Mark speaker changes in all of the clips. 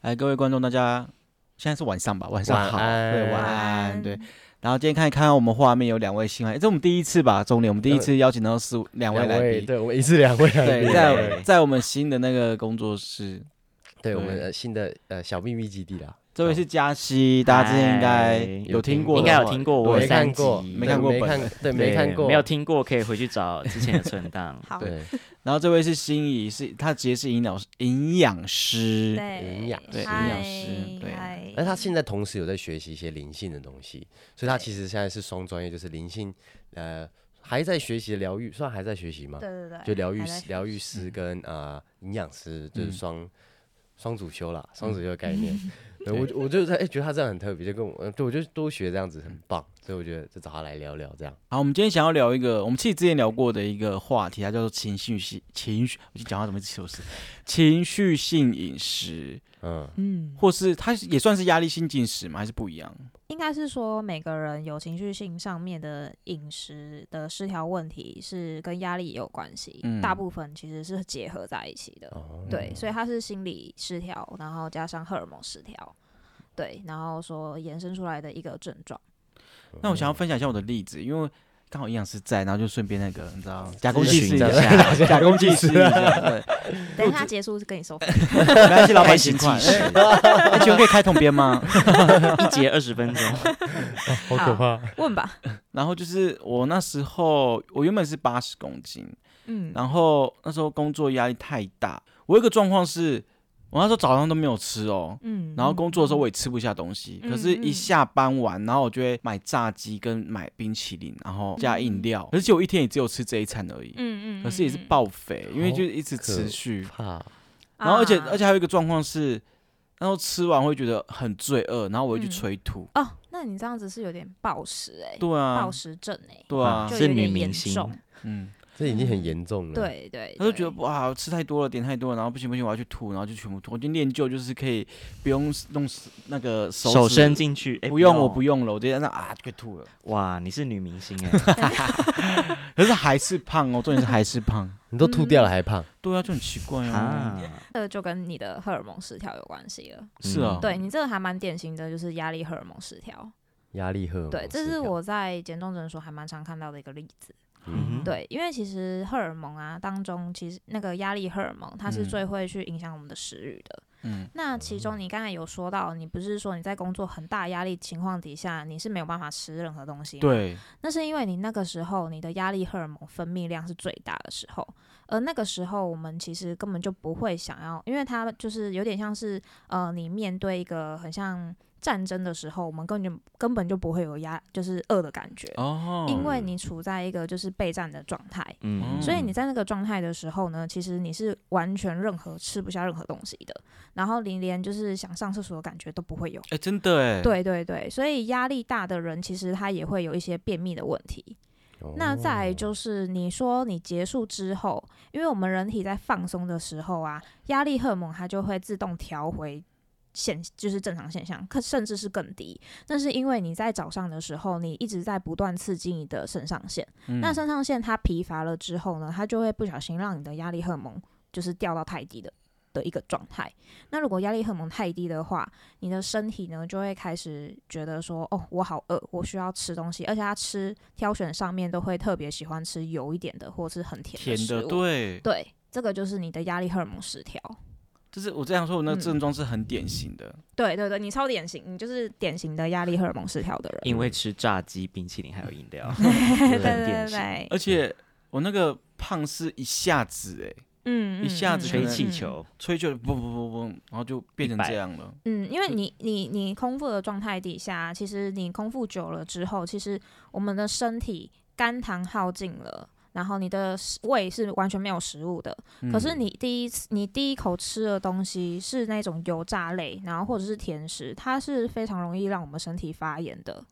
Speaker 1: 哎，各位观众，大家现在是晚上吧？晚上好，
Speaker 2: 晚安
Speaker 1: 对，晚
Speaker 2: 晚
Speaker 1: 安，对。然后今天看一看我们画面有两位新来，哎这我们第一次吧，钟林，我们第一次邀请到四五两位来宾，
Speaker 2: 对我们一次两位来宾，
Speaker 1: 对，在在我们嗯新的那个工作室，
Speaker 2: 对我们
Speaker 1: 对
Speaker 2: 呃新的呃小秘密基地啦。
Speaker 1: 这位是嘉熙，大家之前应该有听过的
Speaker 3: 应
Speaker 1: 话，
Speaker 3: 该有听过，我
Speaker 2: 没
Speaker 3: 有三
Speaker 2: 看
Speaker 3: 集
Speaker 2: 过，
Speaker 1: 没
Speaker 2: 对
Speaker 1: 看过
Speaker 2: 没
Speaker 1: 本
Speaker 2: 看，对，没
Speaker 3: 对
Speaker 2: 看过，
Speaker 3: 没有听过可以回去找之前的存
Speaker 4: 。
Speaker 3: 档
Speaker 4: 好，
Speaker 2: 对
Speaker 1: 然后这位是心仪，是他的职业是营养师，营养师，
Speaker 4: 对，
Speaker 2: 营养
Speaker 1: 对营养
Speaker 2: 师
Speaker 4: 嗨
Speaker 1: 师对哎
Speaker 4: 嗨
Speaker 2: 而他现在同时有在学习一些灵性的东西，所以他其实现在是双专业，就是灵性，呃，还在学习疗愈，算还在学习吗？
Speaker 4: 对对对，
Speaker 2: 就疗愈
Speaker 4: 还在
Speaker 2: 师、
Speaker 4: 学
Speaker 2: 疗愈
Speaker 4: 习
Speaker 2: 师跟呃营养师，就
Speaker 1: 嗯
Speaker 2: 是双双主修啦，双主修的概念。
Speaker 4: 嗯
Speaker 2: 对我就我就在哎，觉得他这样很特别，就跟我，呃对我就多学这样子很棒，所以我觉得就找他来聊聊这样。
Speaker 1: 好，我们今天想要聊一个，我们其实之前聊过的一个话题，它叫做情绪性情绪，我讲话怎么一直都是情绪性饮食，
Speaker 2: 嗯，
Speaker 1: 或是它也算是压力性进食吗？还是不一样？
Speaker 4: 应该是说每个人有情绪性上面的饮食的失调问题是跟压力也有关系，
Speaker 1: 嗯
Speaker 4: 大部分其实是结合在一起的。
Speaker 2: 哦，
Speaker 4: 对，所以它是心理失调，然后加上荷尔蒙失调，对，然后说延伸出来的一个症状。
Speaker 1: 那我想要
Speaker 2: 嗯
Speaker 1: 分享一下我的例子，因为刚好营养师在，然后就顺便那个你知道假公
Speaker 3: 咨
Speaker 1: 济
Speaker 3: 询
Speaker 1: 私一
Speaker 3: 一下
Speaker 1: 下，假公济私一下，对，
Speaker 4: 等一下结束跟你收费。
Speaker 1: 没关系，老板
Speaker 3: 开始
Speaker 1: 请
Speaker 3: 计
Speaker 1: 款，
Speaker 3: 时
Speaker 1: 哎 哎请问可以开桶边吗？
Speaker 3: 一节二十分钟，
Speaker 4: 好可怕，问吧。
Speaker 1: 然后就是我那时候，我原本是八十公斤，
Speaker 4: 嗯，
Speaker 1: 然后那时候工作压力太大，我有一个状况是，我那时候早上都没有吃哦，
Speaker 4: 嗯，
Speaker 1: 然后工作的时候我也吃不下东西，
Speaker 4: 嗯
Speaker 1: 可是一下班完，然后我就会买炸鸡跟买冰淇淋，然后加饮料，而且我一天也只有吃这一餐而已，
Speaker 4: 嗯嗯，嗯嗯，啊
Speaker 1: 可是也是
Speaker 4: 嗯，
Speaker 1: 爆肥，因为就是一直
Speaker 2: 可
Speaker 1: 持续，
Speaker 2: 怕，
Speaker 1: 然后而且
Speaker 4: 啊
Speaker 1: 而且还有一个状况是，然后吃完会觉得很罪恶，然后我会去
Speaker 4: 嗯
Speaker 1: 催吐，
Speaker 4: 哦，那你这样子是有点暴食哎，
Speaker 1: 对啊
Speaker 4: 暴，食症哎，
Speaker 1: 对啊
Speaker 4: 就，
Speaker 3: 是
Speaker 4: 有
Speaker 3: 女
Speaker 4: 点
Speaker 3: 明
Speaker 4: 严
Speaker 3: 星
Speaker 4: 重。
Speaker 1: 嗯。
Speaker 2: 这已经很严重了。，
Speaker 4: 对对，
Speaker 1: 他就觉得
Speaker 4: 对
Speaker 1: 哇，吃太多了，点太多了，然后不行不行，我要去吐，然后就全部吐。我已经练就就是可以不用弄死那个手
Speaker 3: 手
Speaker 1: 指
Speaker 3: 伸，进去，哎，
Speaker 1: 不用我不用了，我直接那啊就可以吐了。
Speaker 3: 哇，你是女明星哎，
Speaker 1: 可是还是胖哦，重点是还是胖。
Speaker 2: 你都吐掉了还胖，
Speaker 1: 对啊，就很奇怪啊。
Speaker 3: 啊，
Speaker 4: 这个就跟你的荷尔蒙失调有关系了。
Speaker 1: 是
Speaker 3: 嗯
Speaker 1: 啊，
Speaker 4: 对你这个还蛮典型的，就是压力荷尔蒙失调。
Speaker 2: 压力荷尔蒙
Speaker 4: 嗯对，这
Speaker 2: 失
Speaker 4: 是
Speaker 2: 调
Speaker 4: 我在减重诊所还蛮常看到的一个例子。
Speaker 3: 嗯哼，
Speaker 4: 对，因为其实荷尔蒙啊当中，其实那个压力荷尔蒙它是
Speaker 1: 嗯
Speaker 4: 最会去影响我们的食欲的。
Speaker 1: 嗯
Speaker 4: 那其中你刚才有说到，你不是说你在工作很大压力情况底下，你是没有办法吃任何东西吗？
Speaker 1: 对，
Speaker 4: 那是因为你那个时候你的压力荷尔蒙分泌量是最大的时候，而那个时候我们其实根本就不会想要，因为它就是有点像是呃，你面对一个很像战争的时候，我们根本就根本就不会有压，就是饿的感觉，
Speaker 1: 哦，
Speaker 4: 因为你处在一个就是备战的状态。
Speaker 3: 嗯，
Speaker 4: 所以你在那个状态的时候呢，其实你是完全任何吃不下任何东西的，然后你连就是想上厕所的感觉都不会有。
Speaker 1: 哎，真的哎，，
Speaker 4: 对对对，所以压力大的人其实他也会有一些便秘的问题。
Speaker 2: 哦
Speaker 4: 那再来就是你说你结束之后，因为我们人体在放松的时候啊，压力荷尔蒙它就会自动调回现，就是正常现象，可甚至是更低。那是因为你在早上的时候，你一直在不断刺激你的肾上腺，
Speaker 3: 嗯
Speaker 4: 那肾上腺它疲乏了之后呢，它就会不小心让你的压力荷尔蒙就是掉到太低的。的一个状态，那如果压力荷尔蒙太低的话，你的身体呢就会开始觉得说，哦，我好饿，我需要吃东西，而且它吃挑选上面都会特别喜欢吃油一点的，或是很甜
Speaker 1: 甜
Speaker 4: 食
Speaker 1: 的，
Speaker 4: 物。
Speaker 1: 对，
Speaker 4: 对，这个就是你的压力荷尔蒙失调。
Speaker 1: 就是我这样说，我那个
Speaker 4: 嗯
Speaker 1: 症状是很典型的。
Speaker 4: 对对对，你超典型，你就是典型的压力荷尔蒙失调的人。
Speaker 3: 因为吃炸鸡、冰淇淋还有饮 料，
Speaker 4: 对对
Speaker 3: 嗯
Speaker 4: 对
Speaker 3: 典型
Speaker 4: 对，
Speaker 1: 而且我那个胖是一下子哎，
Speaker 4: 嗯，嗯
Speaker 1: 一下子
Speaker 4: 嗯
Speaker 1: 可
Speaker 3: 吹
Speaker 1: 能
Speaker 3: 气
Speaker 4: 嗯
Speaker 3: 球，
Speaker 1: 吹就嘣嘣嘣嘣，然后就变成
Speaker 3: 100
Speaker 1: 这样了。
Speaker 4: 嗯，因为你你你空腹的状态底下，其实你空腹久了之后，其实我们的身体肝糖耗尽了。然后你的食胃是完全没有食物的，可是
Speaker 1: 嗯
Speaker 4: 你第一次你第一口吃的东西是那种油炸类，然后或者是甜食，它是非常容易让我们身体发炎的。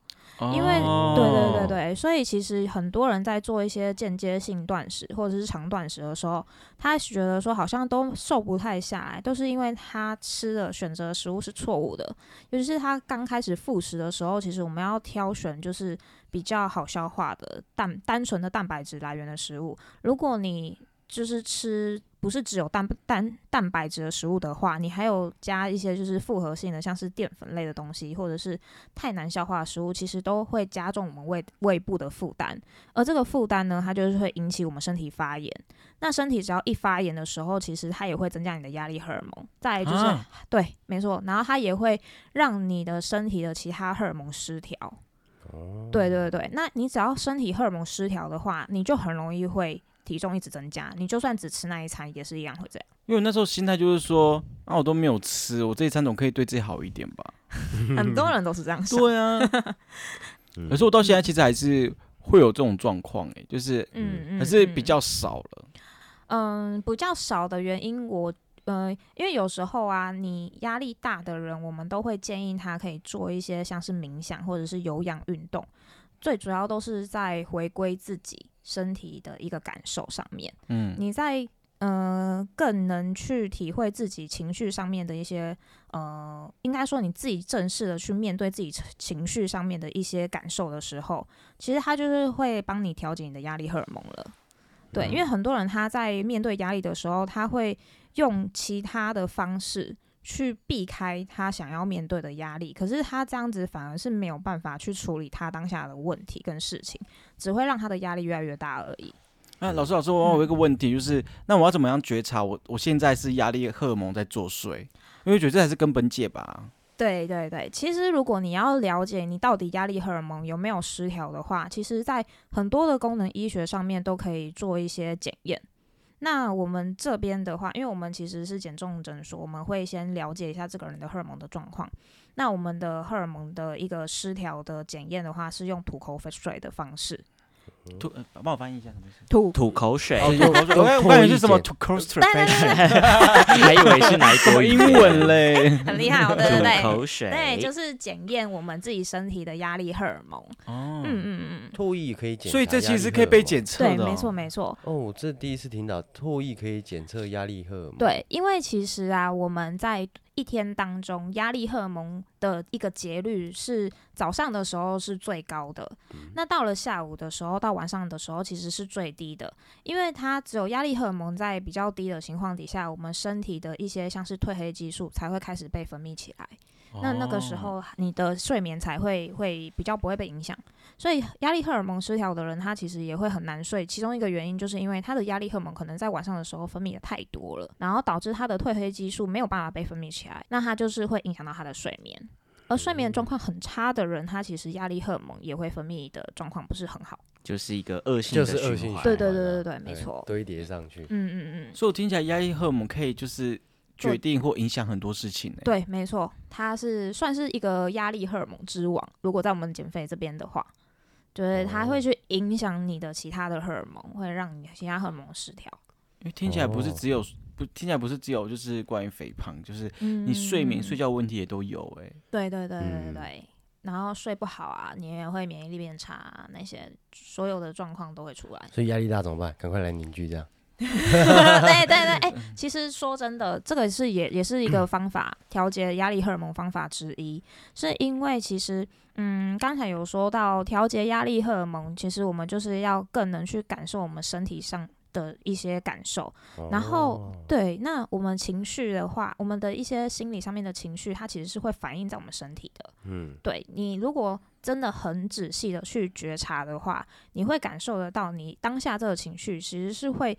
Speaker 4: 因为
Speaker 1: 哦
Speaker 4: 对对对对，所以其实很多人在做一些间接性断食或者是长断食的时候，他觉得说好像都瘦不太下来，都是因为他吃的选择的食物是错误的。尤其是他刚开始复食的时候，其实我们要挑选就是比较好消化的蛋单纯的蛋白质来源的食物。如果你就是吃不是只有蛋蛋蛋白质的食物的话，你还有加一些就是复合性的，像是淀粉类的东西，或者是太难消化的食物，其实都会加重我们胃胃部的负担。而这个负担呢，它就是会引起我们身体发炎。那身体只要一发炎的时候，其实它也会增加你的压力荷尔蒙，再来就是、
Speaker 1: 啊
Speaker 4: 对，没错，然后它也会让你的身体的其他荷尔蒙失调。对对对，那你只要身体荷尔蒙失调的话，你就很容易会体重一直增加。你就算只吃那一餐，也是一样会这样。
Speaker 1: 因为我那时候心态就是说，啊，我都没有吃，我这一餐总可以对自己好一点吧？
Speaker 4: 很多人都是这样
Speaker 1: 嗯
Speaker 4: 想。
Speaker 1: 对啊，
Speaker 2: 嗯
Speaker 1: 可是我到现在其实还是会有这种状况，哎，就是
Speaker 4: 嗯嗯，
Speaker 1: 还是
Speaker 4: 嗯
Speaker 1: 比较少了。
Speaker 4: 嗯，比较少的原因我，呃，因为有时候啊，你压力大的人，我们都会建议他可以做一些像是冥想或者是有氧运动，最主要都是在回归自己身体的一个感受上面。
Speaker 1: 嗯，
Speaker 4: 你在呃更能去体会自己情绪上面的一些呃，应该说你自己正式的去面对自己情情绪上面的一些感受的时候，其实它就是会帮你调节你的压力荷尔蒙了。对，因为很多人他在面对压力的时候，他会用其他的方式去避开他想要面对的压力，可是他这样子反而是没有办法去处理他当下的问题跟事情，只会让他的压力越来越大而已。
Speaker 1: 那老师，老师，我有一个问题，
Speaker 4: 嗯
Speaker 1: 就是那我要怎么样觉察我我现在是压力荷尔蒙在作祟？因为我觉得这才是根本解吧。
Speaker 4: 对对对，其实如果你要了解你到底压力荷尔蒙有没有失调的话，其实在很多的功能医学上面都可以做一些检验。那我们这边的话，因为我们其实是减重诊所，我们会先了解一下这个人的荷尔蒙的状况。那我们的荷尔蒙的一个失调的检验的话，是用吐口水的方式
Speaker 1: 吐，呃帮我翻译一下什么意思？
Speaker 4: 吐。
Speaker 3: 吐口水，
Speaker 2: 哎有
Speaker 1: 哦我刚我刚以为是什么 to cross
Speaker 4: 对
Speaker 1: transformation，
Speaker 3: 还以为是哪一
Speaker 1: 什么
Speaker 3: 国
Speaker 1: 英
Speaker 3: 语
Speaker 1: 文嘞？
Speaker 4: 很厉 害哦，对对
Speaker 3: 吐
Speaker 4: 对，
Speaker 3: 口水，
Speaker 4: 对，就是检验我们自己身体的压力荷尔蒙。
Speaker 1: 哦
Speaker 4: 嗯，嗯嗯嗯，
Speaker 2: 唾液可以检，
Speaker 1: 所以这其实是可以被。检测
Speaker 4: 对，
Speaker 1: 的哦。
Speaker 4: 没错没错。
Speaker 2: 哦，我这第一次听到唾液可以检测压力荷尔蒙。，
Speaker 4: 对，因为其实啊，我们在一天当中，压力荷尔蒙的一个节律是早上的时候是最高的，那到了下午的时候，到晚上的时候其实是最低的，因为它只有压力荷尔蒙在比较低的情况底下，我们身体的一些像是褪黑激素才会开始被分泌起来。那那个时
Speaker 1: 哦，
Speaker 4: 候你的睡眠才会会比较不会被影响，所以压力荷尔蒙失调的人，他其实也会很难睡。其中一个原因就是因为他的压力荷尔蒙可能在晚上的时候分泌的太多了，然后导致他的褪黑激素没有办法被分泌起来，那他就是会影响到他的睡眠。而睡眠状况很差的人，他其实压力荷尔蒙也会分泌的状况不是很好。
Speaker 3: 就是一个恶性
Speaker 2: 就
Speaker 3: 的
Speaker 2: 是恶
Speaker 3: 循
Speaker 2: 性哎
Speaker 3: 环。
Speaker 4: 对对对对对没错
Speaker 2: 堆叠上去。
Speaker 4: 嗯嗯嗯，
Speaker 1: 所以我听起来压力荷尔蒙可以就是
Speaker 4: 做
Speaker 1: 决定或影响很多事情呢。
Speaker 4: 对，没错，他是算是一个压力荷尔蒙之王。如果在我们减肥这边的话，就是它
Speaker 1: 哦
Speaker 4: 会去影响你的其他的荷尔蒙，会让你其他荷尔蒙失调。
Speaker 1: 因为听起来不是
Speaker 2: 哦
Speaker 1: 只有不听起来不是只有就是关于肥胖，就是
Speaker 4: 嗯
Speaker 1: 你睡眠睡觉问题也都有哎。
Speaker 4: 对对对对
Speaker 2: 嗯。
Speaker 4: 对，然后睡不好啊，你也会免疫力变差、啊，那些所有的状况都会出来
Speaker 2: 所以压力大怎么办？赶快来凝聚这样。
Speaker 4: 对对对，哎、其实说真的，这个是也也是一个方法，调节压力荷尔蒙方法之一，是因为其实。嗯，刚才有说到调节压力荷尔蒙，其实我们就是要更能去感受我们身体上的一些感受，然后
Speaker 2: 哦
Speaker 4: 对，那我们情绪的话，我们的一些心理上面的情绪，它其实是会反映在我们身体的。
Speaker 2: 嗯，
Speaker 4: 对你如果真的很仔细的去觉察的话，你会感受得到，你当下这个情绪其实是会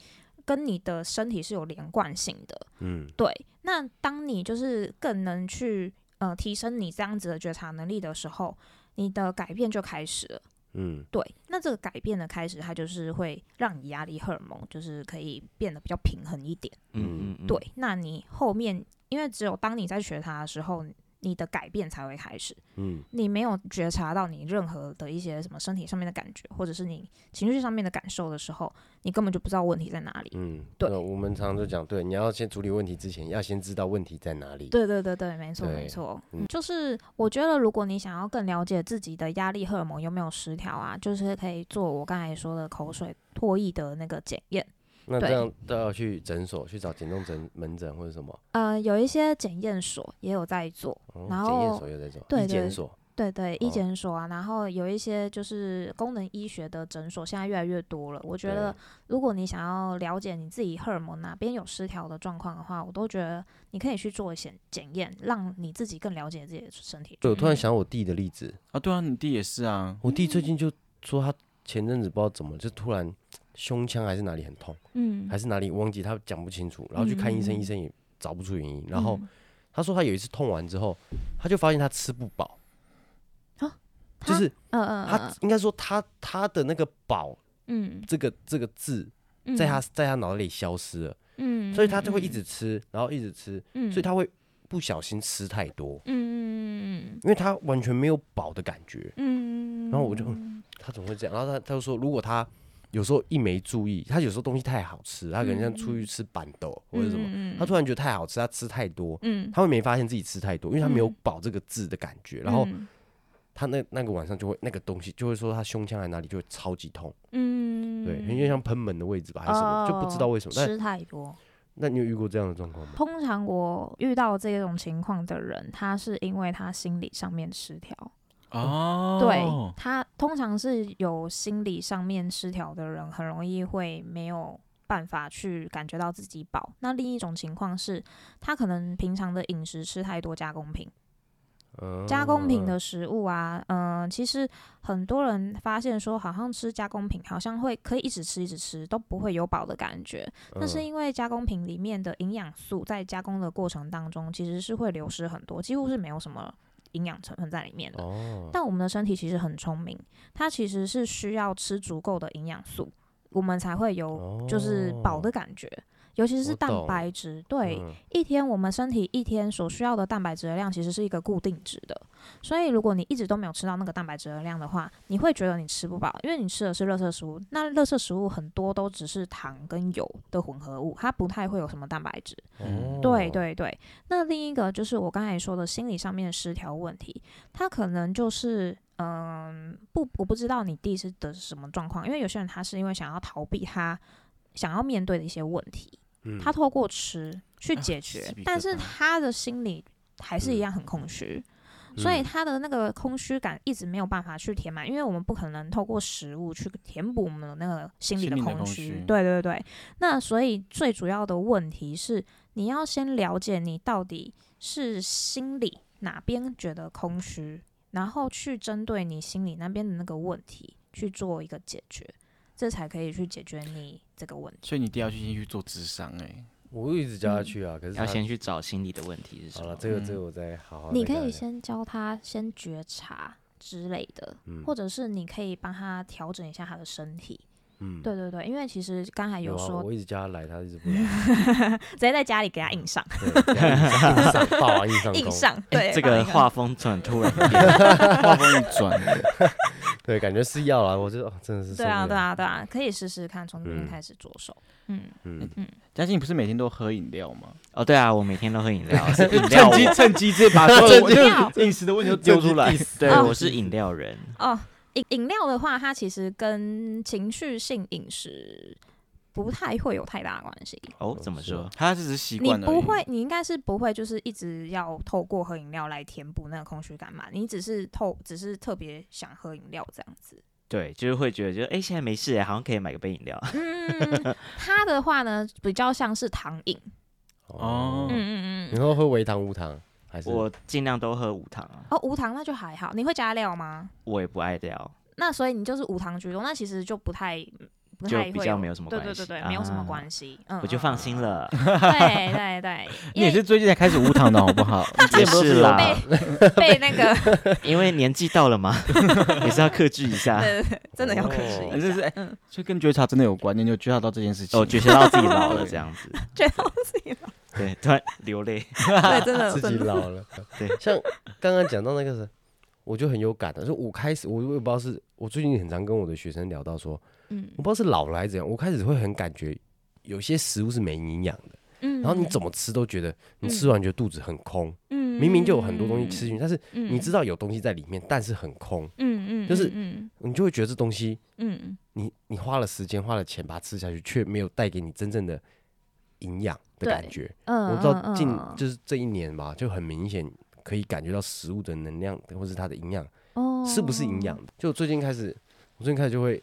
Speaker 4: 跟你的身体是有连贯性的。
Speaker 2: 嗯，
Speaker 4: 对，那当你就是更能去呃提升你这样子的觉察能力的时候，你的改变就开始了。
Speaker 2: 嗯，
Speaker 4: 对，那这个改变的开始，它就是会让你压力荷尔蒙就是可以变得比较平衡一点。
Speaker 3: 嗯嗯嗯，
Speaker 4: 对，那你后面因为只有当你在学它的时候，你的改变才会开始。
Speaker 2: 嗯，
Speaker 4: 你没有觉察到你任何的一些什么身体上面的感觉，或者是你情绪上面的感受的时候，你根本就不知道问题在哪里。
Speaker 2: 嗯，
Speaker 4: 对
Speaker 2: 那我们常常就讲，对，你要先处理问题之前，要先知道问题在哪里。
Speaker 4: 对对对对，没错
Speaker 2: 对
Speaker 4: 没错，
Speaker 2: 嗯
Speaker 4: 就是我觉得如果你想要更了解自己的压力荷尔蒙有没有失调啊，就是可以做我刚才说的口水唾液的那个检验。
Speaker 2: 那
Speaker 4: 对
Speaker 2: 这样都要去诊所去找减重诊门诊或者什么，
Speaker 4: 呃，有一些检验所也有在做，
Speaker 2: 哦
Speaker 4: 然
Speaker 2: 检验
Speaker 4: 后
Speaker 2: 所有在做，
Speaker 4: 对
Speaker 2: 医检
Speaker 4: 对
Speaker 2: 所，
Speaker 4: 对对，
Speaker 2: 哦
Speaker 4: 医检所啊，然后有一些就是功能医学的诊所，现在越来越多了。我觉得
Speaker 2: 对，
Speaker 4: 如果你想要了解你自己荷尔蒙哪边有失调的状况的话，我都觉得你可以去做检检验，让你自己更了解自己的身体。
Speaker 2: 对，我突然想我弟的例子，
Speaker 1: 啊，对啊，你弟也是啊，
Speaker 2: 我弟最近就说他前阵子不知道怎么就突然胸腔还是哪里很痛，
Speaker 5: 嗯，
Speaker 2: 还是哪里忘记他讲不清楚，然后去看医
Speaker 5: 嗯
Speaker 2: 生，
Speaker 5: 嗯嗯
Speaker 2: 医生也找不出原因。然后
Speaker 4: 嗯
Speaker 2: 他说他有一次痛完之后，他就发现他吃不饱
Speaker 5: 啊，
Speaker 2: 就
Speaker 4: 他
Speaker 2: 是
Speaker 4: 嗯嗯嗯
Speaker 2: 他应该说他他的那个饱
Speaker 5: 嗯，
Speaker 2: 这个这个字
Speaker 5: 嗯
Speaker 2: 在他，在他脑袋里消失了，
Speaker 5: 嗯，
Speaker 2: 所以他就会一直吃，然后一直吃，
Speaker 5: 嗯，
Speaker 2: 所以他会不小心吃太多，
Speaker 5: 嗯，嗯嗯
Speaker 2: 因为他完全没有饱的感觉。
Speaker 5: 嗯，
Speaker 2: 然后我就他怎么会这样？然后他他就说，如果他有时候一没注意，他有时候东西太好吃，他可能像出去吃板豆或
Speaker 4: 嗯
Speaker 2: 者什么，
Speaker 5: 么
Speaker 2: 他突然觉得太好吃，他吃太多，
Speaker 5: 嗯，
Speaker 2: 他会没发现自己吃太多，因为他没有
Speaker 5: 嗯
Speaker 2: “饱”这个字的感觉。然后
Speaker 5: 嗯
Speaker 2: 他那那个晚上就会那个东西就会说他胸腔还哪里就会超级痛，
Speaker 5: 嗯，
Speaker 2: 对，因为像喷门的位置吧还是什么，就不知道为什么。但
Speaker 4: 哦吃太多。
Speaker 2: 那你有遇过这样的状况吗？
Speaker 4: 通常我遇到这种情况的人，他是因为他心理上面失调。
Speaker 1: 哦，
Speaker 4: 对他通常是有心理上面失调的人，很容易会没有办法去感觉到自己饱。那另一种情况是，他可能平常的饮食吃太多加工品，
Speaker 2: 嗯
Speaker 4: 加工品的食物啊，嗯、其实很多人发现说，好像吃加工品好像会可以一直吃一直吃，都不会有饱的感觉。那是
Speaker 2: 嗯
Speaker 4: 因为加工品里面的营养素在加工的过程当中，其实是会流失很多，几乎是没有什么营养成分在里面的。
Speaker 2: 哦，
Speaker 4: 但我们的身体其实很聪明，它其实是需要吃足够的营养素，我们才会有就是饱的感觉，尤其是
Speaker 2: 哦我
Speaker 4: 蛋
Speaker 2: 懂
Speaker 4: 白质。对，
Speaker 2: 嗯
Speaker 4: 一天我们身体一天所需要的蛋白质的量其实是一个固定值的，所以如果你一直都没有吃到那个蛋白质的量的话，你会觉得你吃不饱，因为你吃的是垃圾食物。那垃圾食物很多都只是糖跟油的混合物，它不太会有什么蛋白质。
Speaker 1: 嗯
Speaker 2: 哦
Speaker 4: 对对对，那另一个就是我刚才说的心理上面的失调问题，他可能就是嗯不，我不知道你弟是的什么状况，因为有些人他是因为想要逃避他想要面对的一些问题，
Speaker 2: 嗯
Speaker 4: 他透过吃去
Speaker 1: 啊
Speaker 4: 解
Speaker 1: 鸡
Speaker 4: 决，
Speaker 1: 皮
Speaker 4: 但
Speaker 1: 疙
Speaker 4: 是
Speaker 1: 瘩
Speaker 4: 他的心里还是一
Speaker 2: 嗯
Speaker 4: 样很空虚。所以
Speaker 2: 嗯
Speaker 4: 他的那个空虚感一直没有办法去填满，因为我们不可能透过食物去填补我们的那个心理
Speaker 1: 心
Speaker 4: 的
Speaker 1: 灵的
Speaker 4: 空
Speaker 1: 空
Speaker 4: 虚
Speaker 1: 虚。
Speaker 4: 对对对，那所以最主要的问题是，你要先了解你到底是心里哪边觉得空虚，然后去针对你心里那边的那个问题去做一个解决，这才可以去解决你这个问题。
Speaker 1: 所以你弟要去先去做智商 哎、
Speaker 2: 嗯我一直叫他
Speaker 4: 嗯
Speaker 2: 去啊，可是他
Speaker 3: 要先去找心理的问题是什
Speaker 2: 好
Speaker 3: 么
Speaker 2: 了，？这个
Speaker 1: 嗯
Speaker 2: 这个我再好好
Speaker 4: 你
Speaker 2: 再
Speaker 4: 可
Speaker 2: 跟他
Speaker 4: 以
Speaker 2: 聊
Speaker 4: 先教他先觉察之类的，
Speaker 2: 嗯
Speaker 4: 或者是你可以帮他调整一下他的身体。
Speaker 2: 嗯
Speaker 4: 对对对，因为其实刚才
Speaker 2: 有啊
Speaker 4: 说，
Speaker 2: 我嗯一直叫他来，他一直不 来，
Speaker 4: 直接在家里给他印上，
Speaker 2: 对，给他硬上硬上爆啊，硬上
Speaker 4: 印
Speaker 2: 弓，
Speaker 4: 上，
Speaker 3: 哎
Speaker 4: 对，
Speaker 3: 这
Speaker 4: 帮他
Speaker 3: 个
Speaker 4: 印上
Speaker 3: 画风转突然变，
Speaker 1: 话锋一转，
Speaker 2: 对，感觉是要了，我就哦真的是
Speaker 4: 对
Speaker 2: 受
Speaker 4: 啊
Speaker 2: 不
Speaker 4: 对
Speaker 2: 了，
Speaker 4: 啊对啊，可以试试看，从这边
Speaker 2: 嗯
Speaker 4: 开始着手。 嗯，
Speaker 2: 嗯，
Speaker 1: 嘉欣你不是每天都喝饮料吗？
Speaker 3: 哦，对啊，我每天都喝饮料， 是饮料
Speaker 1: 趁机
Speaker 3: 我，
Speaker 1: 趁机直 接把所有
Speaker 4: 趁机
Speaker 1: 的饮食的问题都丢出来，
Speaker 3: 对
Speaker 4: 哦
Speaker 3: 我是饮料人，
Speaker 4: 哦，饮饮料的话，它其实跟情绪性饮食不太会有太大的关系。
Speaker 3: 哦，怎么
Speaker 2: 是
Speaker 3: 说
Speaker 2: 哦？
Speaker 1: 他是只习
Speaker 4: 你
Speaker 1: 惯了，
Speaker 4: 不会，你应该是不会，就是一直要透过喝饮料来填补那个空虚感嘛？你只是透，只是特别想喝饮料这样子。
Speaker 3: 对，就是会觉得，就哎，现在没事，好像可以买个杯饮料。
Speaker 4: 嗯， 它的话呢，比较像是糖瘾。
Speaker 1: 哦
Speaker 4: 嗯嗯
Speaker 2: 你
Speaker 4: 嗯。
Speaker 2: 会喝微糖无糖还是？
Speaker 3: 我尽量都喝无糖啊，
Speaker 4: 哦，无糖那就还好。你会加料吗？
Speaker 3: 我也不爱料，
Speaker 4: 那所以你就是无糖居多，那其实就不太不
Speaker 3: 就
Speaker 4: 太
Speaker 3: 比
Speaker 4: 会
Speaker 3: 较没有什么
Speaker 4: 对
Speaker 3: 关
Speaker 4: 对
Speaker 3: 系
Speaker 4: 对对，没有什么
Speaker 3: 啊
Speaker 4: 关系，嗯，
Speaker 3: 我就
Speaker 4: 嗯
Speaker 3: 放心。
Speaker 4: 嗯
Speaker 3: 了。
Speaker 4: 对对对，
Speaker 1: 你
Speaker 4: 因
Speaker 1: 也
Speaker 4: 为
Speaker 1: 是最近才开始无糖的好不 好？你之前不
Speaker 3: 也是
Speaker 1: 有
Speaker 3: 啦
Speaker 1: 糖
Speaker 4: 被那个，
Speaker 3: 因为年纪到了嘛， 也是要克制一下。
Speaker 4: 对对对，真的要克制
Speaker 2: 哦
Speaker 1: 反
Speaker 4: 一
Speaker 1: 正是
Speaker 4: 下，
Speaker 1: 哎，所以跟觉察真的有关，你有觉察到这件事情。
Speaker 3: 哦，觉察到自己老了这样子，
Speaker 4: 觉得我自己了，
Speaker 3: 对，突然流泪。
Speaker 4: 对，真 的
Speaker 2: 自己
Speaker 4: 真 的，
Speaker 2: 老了。
Speaker 3: 对，
Speaker 2: 像刚刚讲到那个是，我就很有感的。就我开始，我我也不知道是，我最近很常跟我的学生聊到说，
Speaker 5: 嗯
Speaker 2: 我不知道是老了还是怎样，我开始会很感觉有些食物是没营养的，
Speaker 5: 嗯，
Speaker 2: 然后你怎么吃都觉得
Speaker 4: 嗯
Speaker 2: 你吃完觉得肚子很空，
Speaker 5: 嗯，
Speaker 2: 明明就有很多东西吃进去，但是
Speaker 5: 嗯，
Speaker 2: 你知道有东西在里面，但是很空，
Speaker 5: 嗯，嗯嗯，
Speaker 2: 就是
Speaker 5: 嗯
Speaker 2: 你就会觉得这东西
Speaker 5: 嗯
Speaker 2: 你你花了时间花了钱把它吃下去，却没有带给你真正的营养的感
Speaker 5: 对
Speaker 2: 觉。
Speaker 4: 嗯，
Speaker 2: 我到近
Speaker 4: 嗯嗯
Speaker 2: 就是这一年吧，就很明显可以感觉到食物的能量或是它的营养
Speaker 4: 哦，
Speaker 2: 是不是营养？就最近开始，我最近开始就会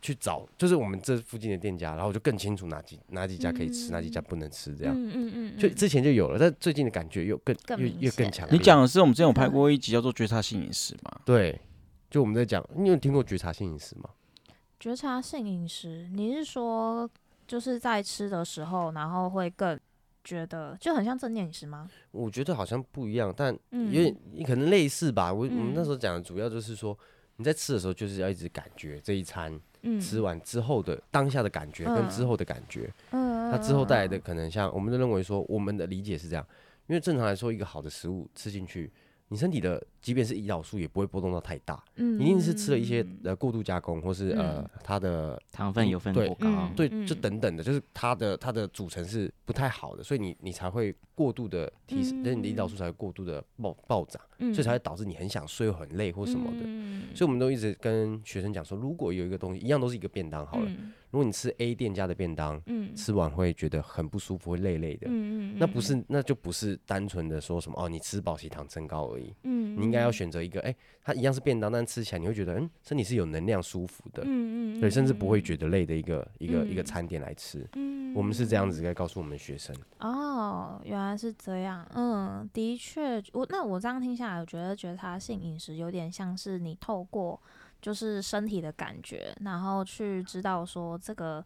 Speaker 2: 去找，就是我们这附近的店家，然后我就更清楚哪几哪几家可以吃，哪几家不能吃，这样。
Speaker 5: 嗯嗯嗯，
Speaker 2: 就
Speaker 5: 嗯
Speaker 2: 之前就有了，但最近的感觉又更
Speaker 5: 更
Speaker 2: 又
Speaker 5: 明
Speaker 2: 又
Speaker 5: 显
Speaker 2: 更强烈。
Speaker 1: 你讲的是我们之前有拍过一集叫做《觉察性饮食》嘛？
Speaker 2: 对，就我们在讲，你有听过觉察性饮食吗？
Speaker 4: 觉察性饮食？你是说就是在吃的时候，然后会更觉得就很像正念饮食吗？
Speaker 2: 我觉得好像不一样，但
Speaker 5: 嗯
Speaker 2: 有点你可能类似吧。我我们
Speaker 5: 嗯
Speaker 2: 那时候讲的主要就是说，你在吃的时候就是要一直感觉这一餐
Speaker 5: 嗯
Speaker 2: 吃完之后的当下的感觉跟之
Speaker 4: 嗯
Speaker 2: 后的感觉，
Speaker 4: 嗯，
Speaker 2: 它之后带来的可能像我们都认为说，我们的理解是这样，因为正常来说，一个好的食物吃进去，你身体的即便是胰岛素也不会波动到太大，
Speaker 4: 嗯
Speaker 2: 一定是吃了一些
Speaker 5: 嗯
Speaker 2: 呃过度加工或是呃它的
Speaker 3: 糖分油分
Speaker 2: 对
Speaker 3: 过高
Speaker 5: 嗯，
Speaker 2: 对，就等等的，就是它的它的组成是不太好的，所以你你才会过度的提升，那、你的胰岛素才会过度的暴暴涨，
Speaker 5: 嗯
Speaker 2: 所以才会导致你很想睡又很累或什么的。
Speaker 5: 嗯
Speaker 2: 所以我们都一直跟学生讲说，如果有一个东西一样都是一个便当好了，
Speaker 5: 嗯
Speaker 2: 如果你吃 A 店家的便当，
Speaker 5: 嗯
Speaker 2: 吃完会觉得很不舒服，会累累的，
Speaker 5: 嗯嗯
Speaker 2: 那不是那就不是单纯的说什么哦，你吃饱血糖增高而已。
Speaker 5: 嗯
Speaker 2: 你应该要选择一个，哎、它一样是便当，但吃起来你会觉得，嗯，身体是有能量、舒服的，
Speaker 5: 嗯嗯
Speaker 2: 对，甚至不会觉得累的一个一个、一个
Speaker 5: 嗯
Speaker 2: 餐点来吃。
Speaker 5: 嗯
Speaker 2: 我们是这样子在告诉我们学生，
Speaker 4: 哦，原来是这样。嗯，的确，我那我这样听下来，我觉得觉察性饮食有点像是你透过就是身体的感觉，然后去知道说这个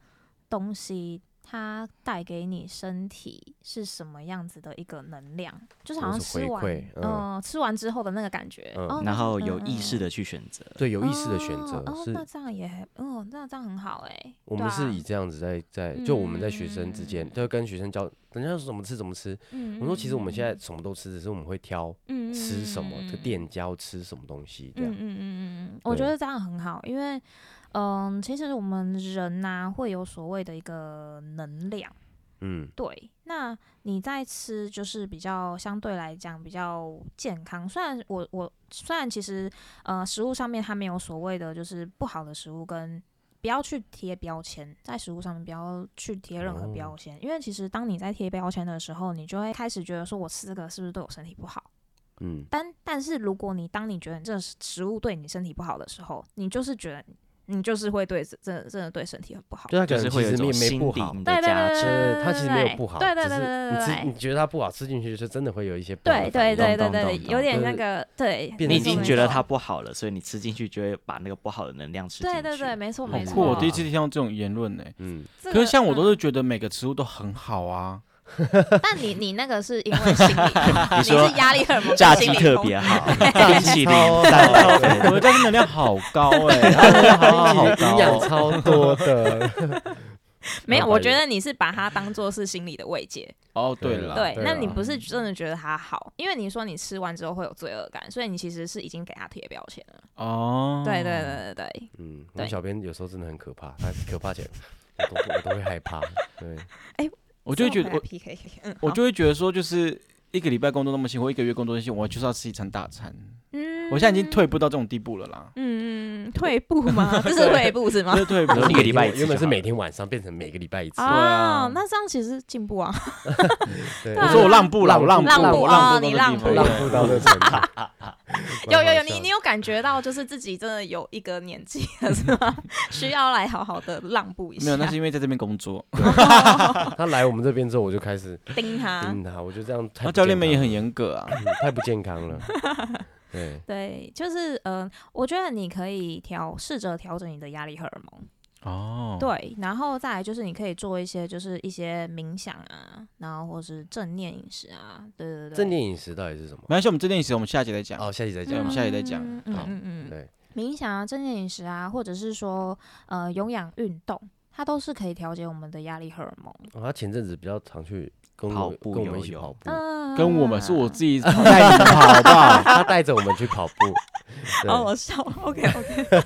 Speaker 4: 东西它带给你身体是什么样子的一个能量，就是
Speaker 2: 或
Speaker 4: 好像
Speaker 2: 是回
Speaker 4: 吃完，
Speaker 2: 馈嗯
Speaker 4: 呃吃完之后的那个感觉。
Speaker 2: 嗯
Speaker 4: 哦、
Speaker 3: 然后有意
Speaker 4: 识。嗯
Speaker 3: 识的去选择。
Speaker 2: 对，有意识的选择、
Speaker 4: 哦哦，
Speaker 2: 是
Speaker 4: 那，这样也还，哦，那这样很好哎、欸。
Speaker 2: 我
Speaker 4: 对
Speaker 2: 们是
Speaker 4: 啊嗯
Speaker 2: 以这样子在在，就我们在学生之间，
Speaker 5: 嗯
Speaker 2: 就跟学生教，人家说怎么吃怎么吃，
Speaker 5: 嗯
Speaker 2: 我说其实我们现在什么都吃，只是我们会挑
Speaker 5: 嗯
Speaker 2: 吃什么，这个店家要吃什么东西这
Speaker 5: 嗯
Speaker 2: 样
Speaker 5: 嗯。嗯嗯
Speaker 4: 我觉
Speaker 2: 对
Speaker 4: 得这样很好，因为，嗯，其实我们人呐、会有所谓的一个能量，
Speaker 2: 嗯，
Speaker 4: 对。那你在吃就是比较相对来讲比较健康，虽然我我虽然其实呃食物上面它没有所谓的就是不好的食物跟。不要去贴标签，在食物上面不要去贴任何
Speaker 2: 哦
Speaker 4: 标签，因为其实当你在贴标签的时候，你就会开始觉得说，我吃这个是不是对我身体不好？
Speaker 2: 嗯，
Speaker 4: 但但是如果你当你觉得你这食食物对你身体不好的时候，你就是觉得你就是会对这真的真的对身体很不好。
Speaker 2: 就他可
Speaker 3: 就
Speaker 2: 能嗯
Speaker 3: 是
Speaker 2: 其
Speaker 3: 会有一
Speaker 2: 实
Speaker 3: 种
Speaker 2: 也没
Speaker 3: 心
Speaker 2: 不好，
Speaker 3: 灵
Speaker 4: 对
Speaker 3: 的
Speaker 4: 对
Speaker 3: 价
Speaker 4: 对
Speaker 3: 值，
Speaker 2: 呃，它其实没有不好，
Speaker 4: 对对
Speaker 2: 只
Speaker 4: 对对
Speaker 2: 是你
Speaker 4: 对
Speaker 2: 吃
Speaker 4: 对
Speaker 2: 你觉得它不好，吃进去就真的会有一些不好
Speaker 4: 对
Speaker 2: 的
Speaker 4: 对
Speaker 2: 反应
Speaker 4: 对对
Speaker 3: 懂
Speaker 4: 对
Speaker 3: 懂
Speaker 4: 对，
Speaker 3: 懂
Speaker 4: 有点
Speaker 2: 就
Speaker 4: 那
Speaker 2: 是
Speaker 4: 个对，
Speaker 2: 变
Speaker 4: 没
Speaker 3: 你已
Speaker 4: 错
Speaker 3: 经
Speaker 4: 没
Speaker 3: 觉得
Speaker 4: 错
Speaker 3: 它不好了，所以你吃进去就会把那个不好的能量吃进
Speaker 4: 对
Speaker 3: 去。
Speaker 4: 对对，没错
Speaker 1: 好
Speaker 4: 没
Speaker 1: 酷、
Speaker 4: 错。
Speaker 1: 哦！第一次听到这种言论呢、欸
Speaker 4: 啊
Speaker 2: 嗯，
Speaker 4: 这
Speaker 1: 可
Speaker 4: 个
Speaker 1: 是像我都是
Speaker 4: 嗯
Speaker 1: 觉得每个食物都很好啊，
Speaker 4: 但你你那个是 因为心理，你
Speaker 3: 说
Speaker 4: 是压力荷尔蒙跟
Speaker 3: 炸
Speaker 4: 心
Speaker 3: 鸡
Speaker 4: 理
Speaker 3: 特
Speaker 4: 冲
Speaker 3: 别
Speaker 1: 啊
Speaker 4: 突
Speaker 3: 好，冰淇淋蛋糕
Speaker 1: 哦我的但是能量好高哎、它能量好好
Speaker 2: 而且营养
Speaker 1: 高、哦。
Speaker 2: 超多的，
Speaker 4: 没有，
Speaker 2: 老
Speaker 4: 我
Speaker 2: 板
Speaker 4: 觉
Speaker 2: 也
Speaker 4: 得你是把它当做是心理的慰藉。
Speaker 1: 哦，对了，
Speaker 4: 对，
Speaker 2: 对
Speaker 4: 那
Speaker 2: 啦
Speaker 4: 你不是真的觉得它好，因为你说你吃完之后会有罪恶感，所以你其实是已经给它贴标签了。
Speaker 1: 哦，
Speaker 4: 对对对对对，
Speaker 2: 嗯，我
Speaker 4: 对
Speaker 2: 们小编有时候真的很可怕，他可怕起来， 我都我都会害怕。对，
Speaker 1: 我就会觉得我
Speaker 4: PK，嗯，
Speaker 1: 我
Speaker 4: 好
Speaker 1: 就会觉得说，就是一个礼拜工作那么辛苦，一个月工作那么辛苦，我就是要吃一餐大餐。
Speaker 4: 嗯
Speaker 1: 我现在已经退步到这种地步了啦，
Speaker 4: 嗯，退步 吗？这是退步是吗
Speaker 1: 真？的
Speaker 2: 啊
Speaker 1: 退步
Speaker 3: 然后。一个礼拜一次
Speaker 2: 原本是
Speaker 3: 就好
Speaker 2: 每天晚上变成每个礼拜一次。
Speaker 1: 啊
Speaker 4: 啊，那这样其实进步啊，
Speaker 2: 对
Speaker 4: 对
Speaker 1: 我
Speaker 4: 啊
Speaker 1: 说我让步了，我让步，哦
Speaker 4: 让步
Speaker 1: 我
Speaker 4: 啊
Speaker 1: 让
Speaker 4: 你
Speaker 1: 步到
Speaker 4: 让
Speaker 1: 这个
Speaker 4: 步。
Speaker 1: 地
Speaker 2: 浪
Speaker 1: 方，
Speaker 2: 不到这程度
Speaker 4: 有有有，
Speaker 2: 蛮好
Speaker 4: 你
Speaker 2: 笑
Speaker 4: 你有感觉到就是自己真的有一个年纪了是 吗？需要来好好的让步一
Speaker 1: 没
Speaker 4: 下
Speaker 1: 有，，那是因为在这边工作，
Speaker 2: 他来我们这边之后，我就开始
Speaker 4: 盯他。
Speaker 2: 盯他，我就这样
Speaker 1: 然后
Speaker 2: 太不健康了。
Speaker 1: 教练们也很严格啊。
Speaker 2: 嗯太不健康了。对，
Speaker 4: 对，就是嗯、呃我觉得你可以调试着调整你的压力荷尔蒙，
Speaker 1: 哦，
Speaker 4: 对，然后再来就是你可以做一些就是一些冥想啊，然后或是正念饮食啊，对对对，
Speaker 2: 正念饮食到底是什么？
Speaker 1: 没关系，我们这件事我们下集再讲。
Speaker 2: 哦，下集再
Speaker 1: 对我
Speaker 2: 讲
Speaker 1: 们
Speaker 2: 吧。
Speaker 1: 下集再讲
Speaker 4: 嗯嗯
Speaker 2: 好
Speaker 4: 嗯嗯，
Speaker 2: 对，
Speaker 4: 冥想啊、正念饮食啊，或者是说呃有氧运动，它都是可以调节我们的压力荷尔蒙。
Speaker 2: 哦他前阵子比较常去跟
Speaker 3: 跑
Speaker 2: 我
Speaker 3: 步
Speaker 2: 跟我们一
Speaker 3: 游
Speaker 2: 起
Speaker 3: 泳
Speaker 2: 跑步，
Speaker 4: 嗯，
Speaker 1: 跟我们是我自己带
Speaker 2: 带
Speaker 1: 你们跑，好不好？
Speaker 2: 他带着我们去跑步。对
Speaker 4: 哦，我笑，OK OK，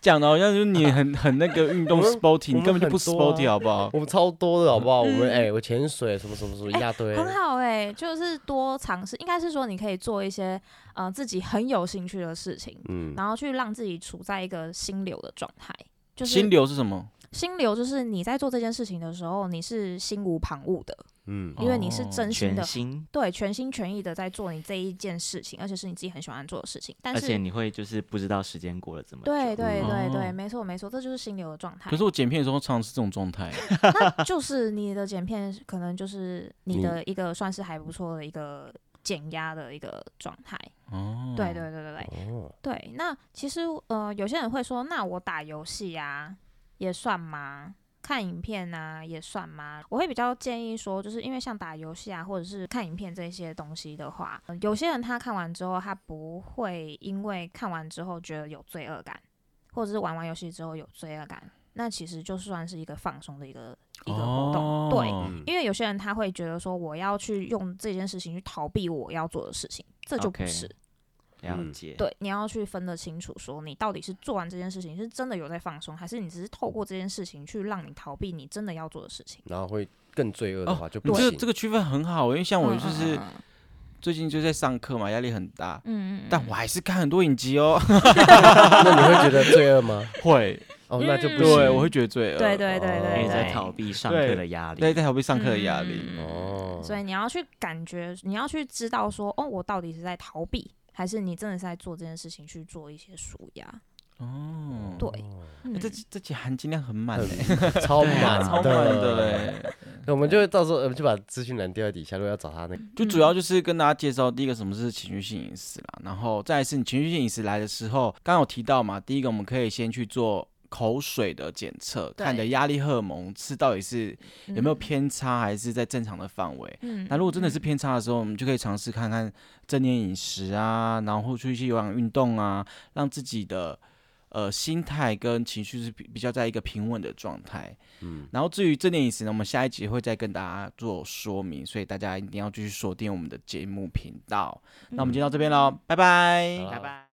Speaker 1: 讲的好像就是你很很那个运动
Speaker 2: 我们
Speaker 1: sporty，你
Speaker 2: 我们
Speaker 1: 根本就不
Speaker 2: 很多啊
Speaker 1: sporty 好不好？
Speaker 2: 我们超多的好不好？我们
Speaker 4: 嗯
Speaker 2: 哎，我潜水什么什么什么一大堆。
Speaker 4: 很好哎、就是多尝试，应该是说你可以做一些呃自己很有兴趣的事情，
Speaker 2: 嗯，
Speaker 4: 然后去让自己处在一个心流的状态。就是
Speaker 1: 心流是什么？
Speaker 4: 心流就是你在做这件事情的时候，你是心无旁骛的，
Speaker 2: 嗯
Speaker 4: 因为你是真心的，
Speaker 3: 全新，
Speaker 4: 对，全心全意的在做你这一件事情，而且是你自己很喜欢做的事情。但
Speaker 3: 而且
Speaker 4: 是，
Speaker 3: 你会就是不知道时间过了怎么久。
Speaker 4: 对对对对，
Speaker 1: 哦
Speaker 4: 没错没错，这就是心流的状态
Speaker 1: 可。是我剪片的时候常常是这种状态，
Speaker 4: 那就是你的剪片，可能就是你
Speaker 2: 你
Speaker 4: 的一个算是还不错的一个减压的一个状态。
Speaker 1: 哦，
Speaker 4: 对对对对对
Speaker 2: 哦，
Speaker 4: 对。那其实呃，有些人会说，那我打游戏啊也算吗？看影片啊也算吗？我会比较建议说，就是因为像打游戏啊，或者是看影片这些东西的话、呃有些人他看完之后，他不会因为看完之后觉得有罪恶感，或者是玩完游戏之后有罪恶感，那其实就算是一个放松的一个一个活动。
Speaker 1: 哦
Speaker 4: 对，
Speaker 2: 嗯
Speaker 4: 因为有些人他会觉得说，我要去用这件事情去逃避我要做的事情，这就不
Speaker 3: OK
Speaker 4: 是。
Speaker 3: 了解。，
Speaker 1: 嗯
Speaker 4: 对，你要去分得清楚，说你到底是做完这件事情是真的有在放松，还是你只是透过这件事情去让你逃避你真的要做的事情。
Speaker 2: 然后会更罪恶的话就
Speaker 1: 你
Speaker 2: 不
Speaker 1: 哦这
Speaker 2: 行
Speaker 1: 个。这个区分很好，因为像我就是
Speaker 4: 嗯
Speaker 1: 最近就在上课嘛，压力很大，
Speaker 4: 嗯，嗯
Speaker 1: 但我还是看很多影集 哦，
Speaker 2: 那你会觉得罪恶 吗？
Speaker 1: 会，
Speaker 2: 哦，那就不行。
Speaker 1: 对我会觉得罪恶，
Speaker 4: 对对对
Speaker 2: 哦
Speaker 3: 因
Speaker 4: 对
Speaker 3: 为
Speaker 4: 对，
Speaker 3: 在逃避上课的压力。
Speaker 1: 对，在逃避上课的压力，
Speaker 4: 嗯
Speaker 2: 哦，
Speaker 4: 所以你要去感觉，你要去知道说，哦，我到底是在逃避，还是你真的是在做这件事情去做一些舒压？
Speaker 1: 哦，
Speaker 4: 对，
Speaker 1: 欸
Speaker 4: 嗯
Speaker 1: 这集这集含金量很满嘞，哎
Speaker 2: 超
Speaker 3: 对啊
Speaker 2: 满
Speaker 1: 超满的嘞，
Speaker 2: 那我们就到时候呃就把资讯栏丢在底下，如果要找他那个，
Speaker 1: 就主要就是跟大家介绍，第一个什么是情绪性饮食啦，然后再来是你情绪性饮食来的时候，刚刚有提到嘛，第一个我们可以先去做口水的检测，
Speaker 4: 对
Speaker 1: 看你的压力荷尔蒙是到底是有没有偏差，还是在正常的范围。
Speaker 4: 嗯嗯？嗯
Speaker 1: 那如果真的是偏差的时候，我们就可以尝试看看正念饮食啊，然后去一些有氧运动啊，让自己的呃心态跟情绪是比比较在一个平稳的状态。嗯，然后至于正念饮食呢，我们下一集会再跟大家做说明，所以大
Speaker 4: 嗯
Speaker 1: 家一定要继续锁定我们的节目频道。那我们今天到这边喽，拜拜。
Speaker 4: 哎
Speaker 2: 好
Speaker 3: 拜拜。